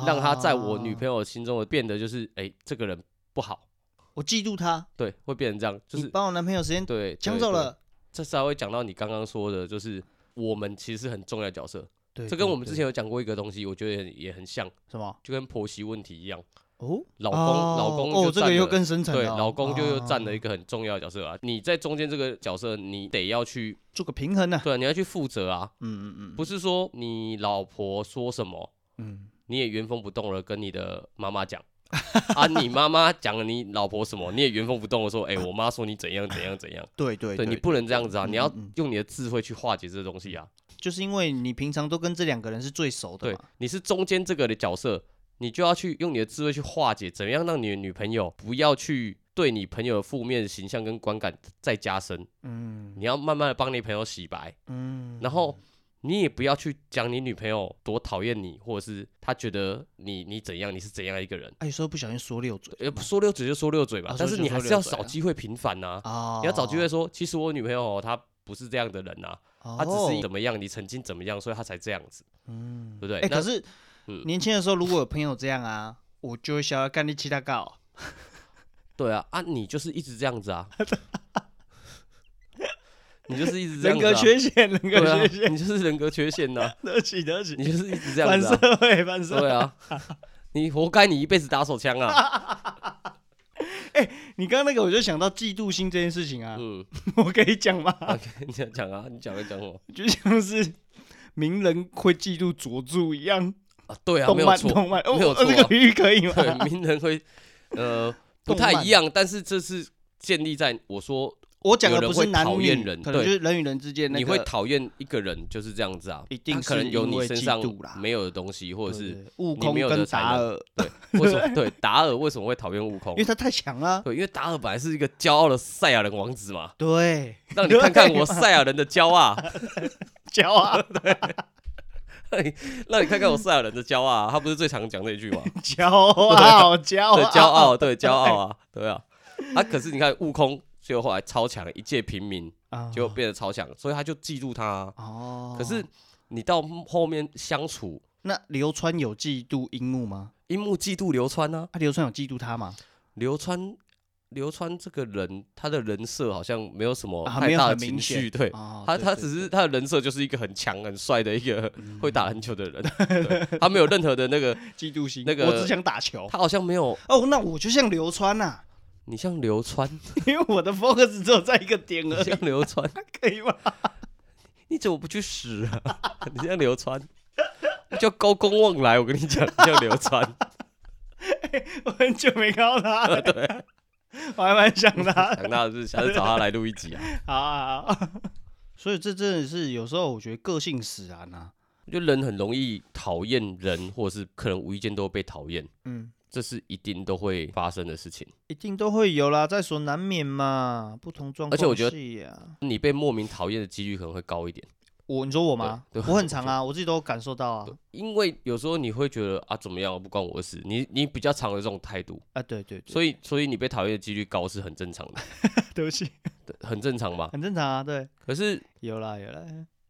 让他在我女友，朋友心中变得就是，哎、这个人不好，我嫉妒他，对，会变成这样，就你是把我男朋友时间对抢对走对了。这才会讲到你刚刚说的，就是我们其实是很重要的角色，对，这跟对我们之对前有讲过一个东西，我觉得也也很像，什么就跟婆媳问题一样，哦，老公、哦老公哦，就这占个又了更深层对，了哦，老公就又占了一哦个很重要的角色啊！你在中间这个角色，你得要去做个平 衡呢。对啊，你要去负责啊，嗯嗯嗯，不是说你老婆说什么，嗯，你也原封不动的跟你的妈 妈讲啊，你妈妈讲了你老婆什么，你也原封不动 的说，哎、我妈说你怎样怎样怎样，对对对你不能这样子啊，嗯你要嗯嗯嗯用你的智慧去化解这东西啊，就是因为你平常都跟这两个人是最熟的对嘛，，你是中间这个的角色，你就要去用你的智慧去化解，怎么样让你的女朋友不要去。对你朋友的负面形象跟观感再加深，嗯你要慢慢的帮你朋友洗白，嗯，然后你也不要去讲你女朋友多讨厌你，或者是她觉得你你怎样，你是怎样一个人。啊有时候不小心说溜嘴呃，说溜嘴就说溜嘴吧啊，但说是就你说还是溜要嘴找啊机会平反呐。啊，呃你要找机会说，其实我女朋友哦她不是这样的人呐，哦，她只是怎么样，你曾经怎么样，所以她才这样子，嗯对，不对哎，？那可是嗯年轻的时候如果有朋友这样啊，我就会想要干你其他告，对啊，啊，你就是一直这样 子啊，你就是一直这人样子格啊，缺陷，人格对啊缺陷，，你就是人格缺陷呐，对不起对不起，你就是一直这样反子社啊，会反社对啊，你活该你一辈子打手枪啊，你刚刚那个我就想到嫉妒心这件事情啊，嗯。我可以讲吗？啊， 你讲讲啊，你讲一讲我就像是名人会嫉妒佐助一样，啊，对啊，动没有漫错，动漫，哦没有哦错啊这个比喻可以吗？ 对，名人会呃不 动太漫一样，但是这是建立在我说 我讲的有人不是会男讨女，厌人可能对就是人与人之间那你个，会讨厌一个人就是这样子啊，一定他可是能有因你为身嫉上妒啦没有的东西，或者对是对对悟你空没有跟的才达能尔，为什么 对达尔为什么会讨厌悟空因为？他太强了。对，因为达尔本来是一个骄傲的赛亚人王 子嘛，对，让你看看我赛亚人的骄傲，啊骄 傲，让你看看我赛亚人的骄傲，啊他不是最常讲这一句 吗？骄傲，骄傲，对，骄。哦傲，对，骄傲啊，对啊。啊，可是你看悟空，最后后来超强，一介平民啊就变得超强，所以他就嫉妒他啊、哦，可是你到后面相处，那流川有嫉妒樱木吗？樱木嫉妒流川啊，啊，流川有嫉妒他吗？流川。流川这个人，他的人设好像没有什么啊，太没有大的很情明绪，显。对哦他，对他对嗯只是他的人设就是一个很强、很帅的一个会打篮球的 人，对他没有任何的那个，嫉妒心。那个我只想打球。他好像没有哦，那我就像流川呐，你像流川，因为我的 focus 只有在一个点你而 已像，流川，可以吗？你怎么不去死啊？ 你这样流川，叫高公望来，我跟你讲，你叫流川。我很久没看到他了，我还蛮想他 的。 想到的是下次找他来录一集啊。好啊好啊，所以这真的是有时候我觉得个性使然啊。我觉得人很容易讨厌人，或者是可能无意间都会被讨厌，嗯，这是一定都会发生的事情。一定都会有啦，在所难免嘛，不同状况、而且我觉得得，你被莫名讨厌的几率可能会高一点，我你说我吗？对对我很常啊，我自己都感受到啊。因为有时候你会觉得啊怎么样不关我的事，你你比较常有这种态度，啊，对对对，所以所以你被讨厌的几率高是很正常的，对不起，对很正 常嘛。很正常啊。对，可是有啦有啦，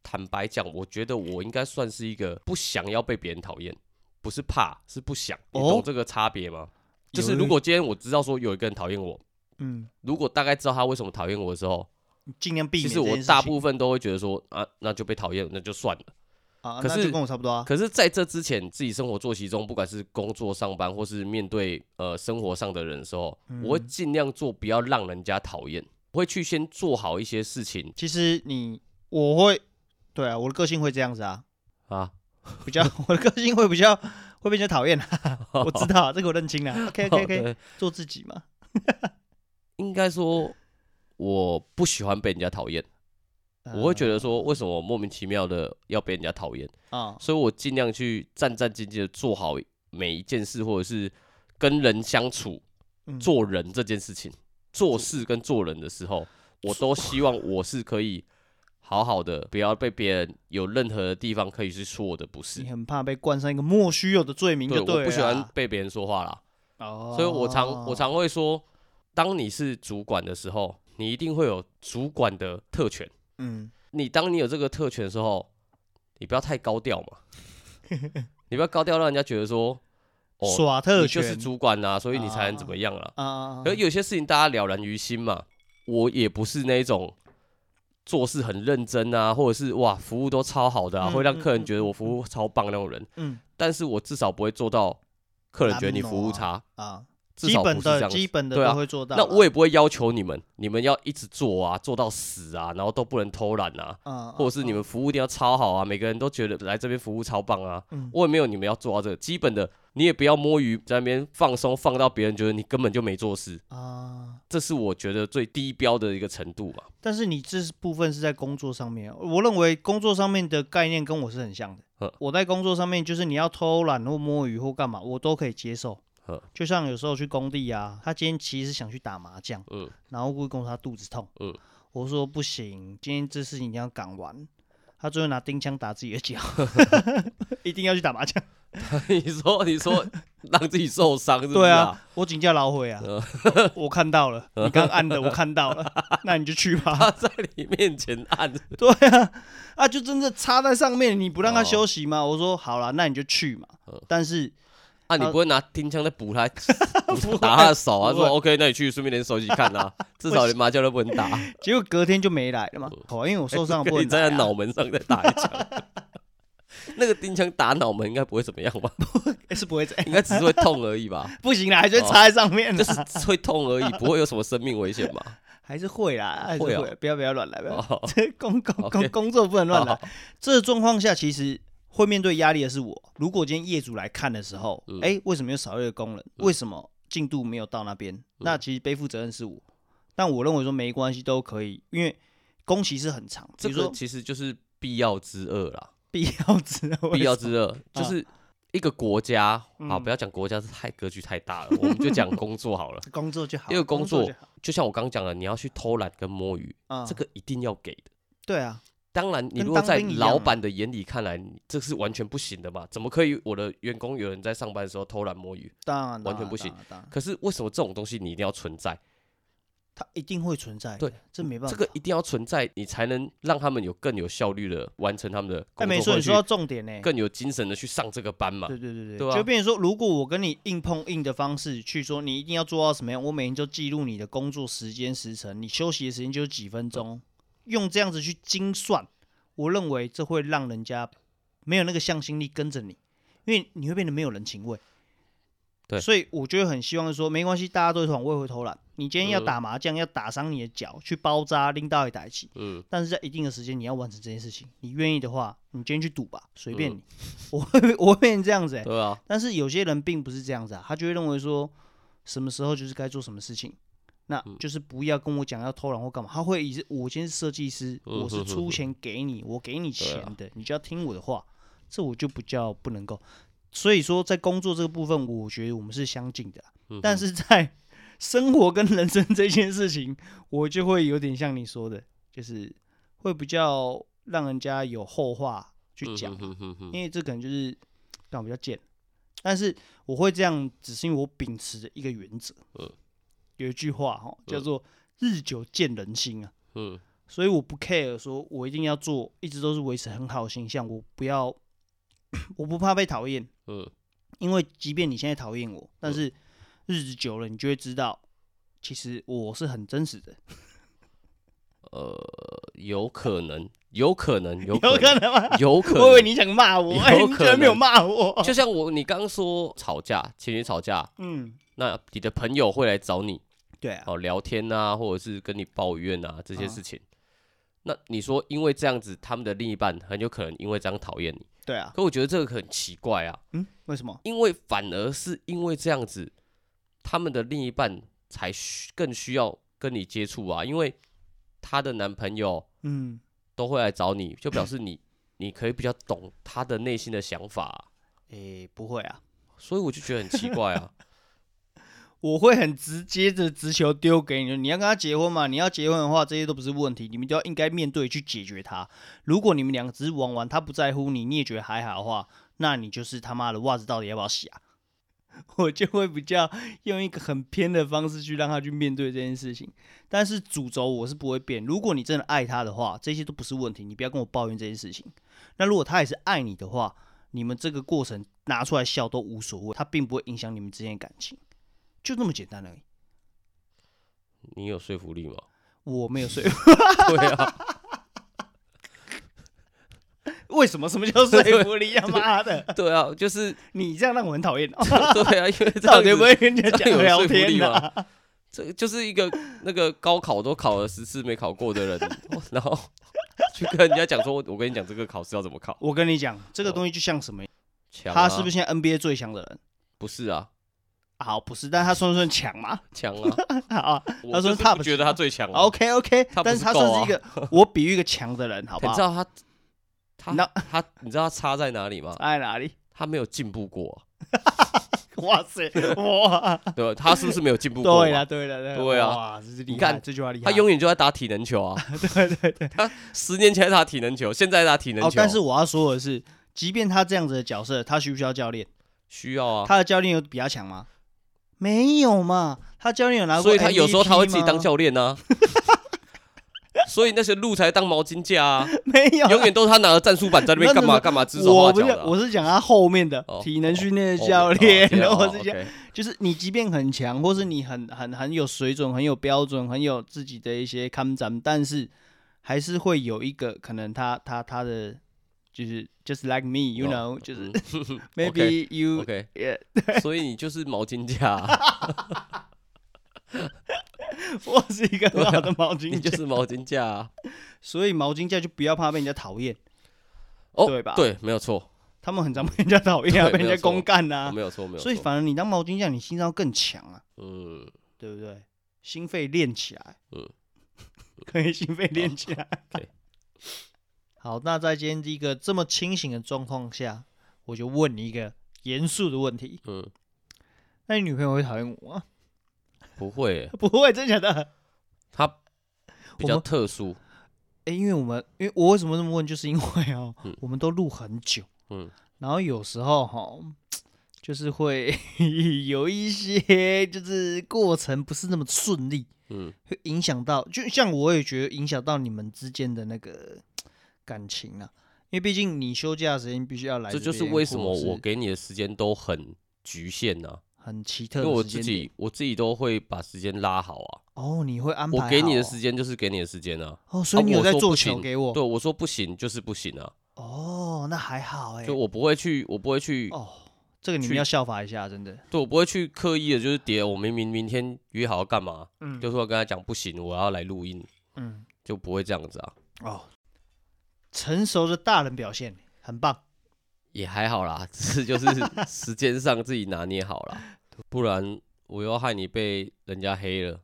坦白讲，我觉得我应该算是一个不想要被别人讨厌，不是怕，是不想。你哦懂这个差别吗？就是有如果今天我知道说有一个人讨厌我，嗯，如果大概知道他为什么讨厌我的时候，尽量避其免实这件事情。我大部分都会觉得说啊，那就被讨厌，那就算了。啊，可那是就跟我差不多啊。可是在这之前，自己生活作息中，不管是工作上班，或是面对呃生活上的人的时候，嗯我会尽量做不要让人家讨厌，我会去先做好一些事情其实你我会，对啊，我的个性会这样子啊，啊。比较 我的个性会比较会被人家讨 厌啊。我知道啊这个我认清了。OK OK OK，对做自己嘛。应该说我不喜欢被人家讨厌，啊我会觉得说为什么我莫名其妙的要被人家讨厌，得呃啊，所以我尽量去战战兢兢的做好每一件事，或者是跟人相嗯处、做人这件事情、做事跟做人的时候，我都希望我是可以好好的，不要被别人有任何的地方可以去说我的不是你。很怕被冠上一个莫须有的罪名，对，就啊我了不喜欢啦。被别人说话啦，哦，所以我常我常会说，当你是主管的时候，你一定会有主管的特权。嗯，你当你有这个特权的时候，你不要太高 调嘛，你不要高调，让人家觉得说，哦，耍特你权就是主管啦、所以你才能怎么样啦。啊啊，啊可是有些事情大家了然于心嘛，我也不是那一种做事很认真啊，或者是哇服务都超好的啊，嗯会让嗯客人嗯觉得我服务超棒那种人，嗯但是我至少不会做到客人觉得你服务差，啊，至基少不本是这的样子基。本的对啊都会做到啦。那我也不会要求你们，你们要一直做啊，做到死啊，然后都不能偷懒啊。啊，或者是你们服务一定要超好啊，每个人都觉得来这边服务超棒啊。嗯我也没有你们要做到这个基本的，你也不要摸鱼在那边放松，放到别人觉得你根本就没做事，啊，这是我觉得最低标的一个程度嘛。但是你这是部分是在工作上面，我认为工作上面的概念跟我是很像的呵。我在工作上面就是你要偷懒或摸鱼或干嘛，我都可以接受呵。就像有时候去工地啊，他今天其实想去打麻将，嗯，然后故意跟我说他肚子痛，嗯，我说不行，今天这事情一定要赶完。他最后拿钉枪打自己的脚，一定要去打麻将。 你说你说让自己受伤是不是、对啊，，我请假老悔啊，我看到了，你刚按的我看到了，那你就去吧。他在你面前按， 对啊，啊，就真的插在上面，你不哦让他休息吗？我说好啦，那你就去嘛。嗯但是啊，你不会拿钉枪在补他，补 打他的手 啊？不会说 OK，那你去顺便连手机 看啊，至少连麻将都不能打， 结果隔天就没来了嘛。哦，因为我受伤了不你能站来在啊、脑门上再打一枪。 那个钉枪打脑门应该不会怎么样 吧？诶 是不会这样，应该只是会痛而已吧，不行啦，还是会插在上面就的，是会痛而已，不会有什么生命危险 吧？还是会啦，还是会会，哦不要不要乱来，不要。哦，这工工工 OK 工作不能啊 乱来好。这个状况下，其实会面对压力的是我。如果今天业主来看的时候，嗯诶，为什么有少一个工人？为什么进度没有到那嗯边？那其实背负责任是我。但我认为说没关系，都可以，因为工期是很长，比这如说个其实就是必要之恶啦，必要之恶 必要之恶就是一个国家，好，嗯不要讲国家是太格局太大了，我们就讲工作 好了。工作就好，因为工作就好就像我刚讲的，你要去偷懒跟摸鱼，啊，这个一定要给的。对啊，当然，你跟如果当在兵一样啊老板的眼里看来，你这是完全不行的嘛？怎么可以我的员工有人在上班的时候偷懒摸鱼？当然完全当然不行当然当然可是为什么这种东西你一定要存在？它一定会存在的，对，这没办法，这个一定要存在，你才能让他们有更有效率的完成他们的哎，工没作，错，或你者去说到重点呢，更有精神的去上这个班嘛。对对对对啊就变成说，如果我跟你硬碰硬的方式去说，你一定要做到什么样，我每天就记录你的工作时间时辰，你休息的时间就是几分钟，用这样子去精算，我认为这会让人家没有那个向心力跟着你，因为你会变得没有人情味。对所以我就会很希望说，没关系，大家都是团位回投篮。你今天要嗯打麻将，要打伤你的脚，去包扎拎到一台起，嗯，但是在一定的时间你要完成这件事情。你愿意的话，你今天去赌吧，随便你。 我会我会变成这样子、欸，嗯对啊，但是有些人并不是这样子啊，他就会认为说，什么时候就是该做什么事情，那嗯就是不要跟我讲要偷懒或干嘛。他会以是我今天是设计师，嗯我是哼哼出哼钱给你，我给你对啊钱的，你就要听我的话，这我就不叫不能够。所以说，在工作这个部分，我觉得我们是相近的啊，嗯但是在生活跟人生这件事情，我就会有点像你说的，就是会比较让人家有后话去讲啊。嗯哼哼哼哼因为这可能就是干我比较贱，但是我会这样，只是因为我秉持着一个原则，嗯有一句话哈叫做“日久见人心”啊，嗯所以我不 care 说我一定要做，一直都是维持很好的形象，我不要， 我不怕被讨厌，嗯因为即便你现在讨厌我，但是日子久了，你就会知道，其实我是很真实的，有可能，有可 能，有有可能，可能吗？有可我以为能。你想骂我，哎，有你居可然没有能骂我，就像我，你刚刚说吵架，情侣吵架，嗯，那你的朋友会来找你，对啊，哦，聊天啊，或者是跟你抱怨啊这些嗯事情。那你说，因为这样子，他们的另一半很有可能因为这样讨厌你。对啊，可我觉得这个很奇怪啊，嗯，为什么？因为反而是因为这样子，他们的另一半才需更需要跟你接触啊，因为她的男朋友嗯。都会来找你，就表示你你可以比较懂她的内心的想法啊、诶、不会啊，所以我就觉得很奇怪啊。我会很直接的直球丢给你，你要跟他结婚嘛？你要结婚的话，这些都不是问题，你们就要应该面对去解决它。如果你们两个只是玩玩，他不在乎你，你也觉得还好的话，那你就是他妈的袜子到底要不要洗啊？ 我就会比较用一个很偏的方式去让他去面对这件事情，但是主轴我是不会变。如果你真的爱他的话，这些都不是问题，你不要跟我抱怨这件事情。那如果他也是爱你的话，你们这个过程拿出来笑都无所谓，他并不会影响你们之间的感情。就那么简单而已。你有说服力吗？ 我没有说服，对啊，为什么？什么叫说服 力呀？妈的，对啊，就是 你这样让我很讨厌哦。对啊，因为这到底样子有没有跟人家这讲样有聊说服力天啊呢、吗这个就是一个那个高考都考了十次没考过的人， 然后去跟人家讲说，我跟你讲这个考试要怎么考，我跟你讲，这个东西就像什么？强、哦啊、他是不是现在 NBA 最强的人？不是啊？好，不是，但他算不算强嘛？ 强啊！好啊我说就是 top 不觉得他最强、啊， ，OK OK，他不但是是他够算啊是一 个，我比喻一个强的人，好不你知好？道他他那他你知道他差在哪里吗？在哪里？他没有进步过啊哇塞，哇，啊，对吧？他是不是没有进步过啊？对啦，对啦，对啦对啊哇，这是厉你害，看这句话厉害。他永远就在打体能球啊！ 对对对，十年前在打体能球，现在在打体能球，啊哦，但是我要说的是，即便他这样子的角色，他需不需要教练？需要啊，他的教练有比他强吗？没有嘛，他教练有拿过，所以他有时候他会自己当，教练啊。 所以那些路才当毛巾架 啊，没有啦，永远都是他拿着战术板在那边干嘛干嘛指手我画不脚是的啊。我是讲他后面的哦体能训练的教练， 然后我是这讲，样，就是你即便很强，或是你很很很有水准、很有标准、很有自己的一些看展，但是还是会有一个可能他他他的就是 just like me，you know，哦就是 OK， maybe you OK， yeah， 所以你就是毛巾架啊， 我是一个很好的毛巾啊 你架就，是毛巾架啊。所以毛巾架就不要怕被人家讨厌。哦，对吧对，没有错，他们很常被人家讨厌啊，对被人没家有错公干呐、没有错，没有错。啊所以反而你当毛巾架，你心脏要更强啊，嗯，对不对？心肺练起来，嗯，哦可以心肺练起来。 OK 好，那在今天这个这么清醒的状况下，我就问你一个严肃的问题：嗯，那你女朋友会讨厌我吗？ 不会耶，不会，真的假的？他比我较们特殊，哎、因为我们，因为我为什么这么问，就是因为哦，嗯我们都录很久，嗯，然后有时候哈、就是会 有一些就是过程不是那么顺利，嗯，会影响到，就像我也觉得影响到你们之间的那个感情啊，因为毕竟你休假的时间必须要来这边，就是为什么或者我是给你的时间都很局限呐、很奇因特为的我时自间点己我自己都会把时间拉好啊，哦，你会安排我给你的时间间就是给你的时间啊，哦，所以啊你有我在说做不球行给我对，我说不行就是不行啊，哦，那还好哎、就我不会去，我不会去哦，这个你们去要效法一下，真的。对我不会去刻意的，就是叠我明明明天约好要干嘛，嗯，就说跟他讲不行，我要来录音，嗯就不会这样子啊，哦，成熟的大人表现很棒。也还好啦， 只是就是时间上自己拿捏好啦，不然我又害你被人家黑了，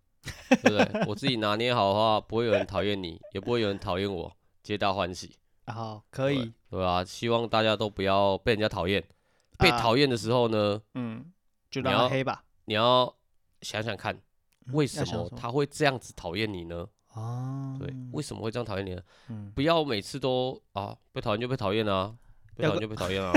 对不对？ 我自己拿捏好的话，不会有人讨厌你，也不会有人讨厌我，皆大欢喜，啊好、可以，对吧、希望大家都不要被人家讨厌，被啊讨厌的时候呢，嗯，就你让要他黑吧。你要想想看，嗯为要什想么什么他会这样子讨厌你呢？哦，对，为什么会这样讨厌你呢？嗯，不要每次都啊被讨厌就被讨厌啊，被要讨个厌就被讨 厌啊。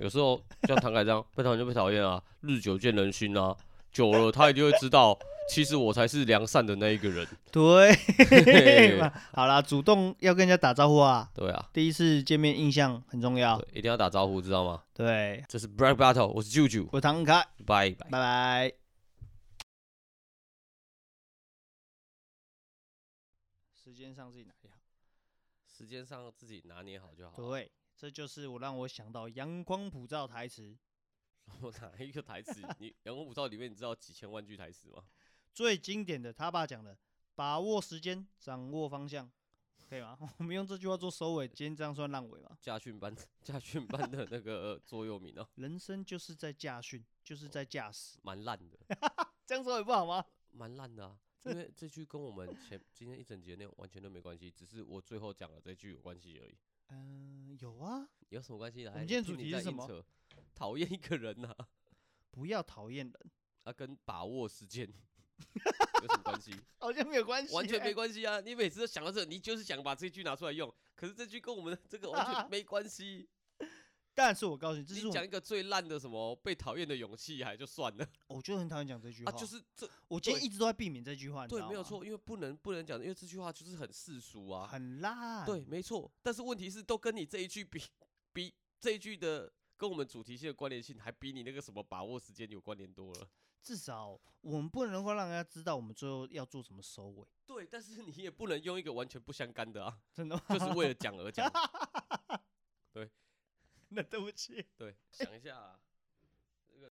有时候像唐凯这样被讨厌就被讨厌啊，日久见人心啊，久了他也就会 知道，其实我才是良善的那一个人。对，嘿嘿 好啦，主动要跟人家打招呼啊，对啊，第一次见面印象很重要。对，一定要打招呼，知道吗？对，这是 Black Battle，我是舅舅，我唐凯，拜拜。拜拜。时间上自己拿捏好。时间上自己拿捏好就好。对，这就是我让我想到阳光普照台词， 我哪一个台词？你《阳光普照》里面你知道几千万句台词吗？最经典的他爸讲的，把握时间，掌握方向，可以吗？ 我们用这句话做收尾，今天这样算烂尾吗？家训班， 家训班的那个座右铭哦，人生就是在驾训，就是在驾驶，蛮烂的。这样说也不好吗？蛮烂的啊，因为这句跟我们前今天一整节内容完全都没关系，只是我最后讲了这句有关系而已，嗯、有啊，有什么关系呢？我们来今天听主你题在是什硬么扯？讨厌一个人呐、啊，不要讨厌人，跟把握时间有什么关系？好像没有关系、欸完全没。关系啊！你每次都想到这，你就是想把这句拿出来用，可是这句跟我们这个完全没关系。 但是我告诉你，这啊是你我讲一个最烂的什么被讨厌的勇气还就算了我就很讨厌讲这句话，啊，就是这我今天对一直都在避免这句话，你知对道没有吗，错，因为不能不能讲，因为这句话就是很世俗啊，很烂，对，，没错。但是问题是，都跟你这一句比比这一句的跟我们主题性的关联性，还比你那个什么把握时间有关联多了。至少我们不能够让人家知道我们最后要做什么收尾，对，但是你也不能用一个完全不相干的啊，真的吗？ 就是 为了讲而讲。那对不起。对，想一下、啊。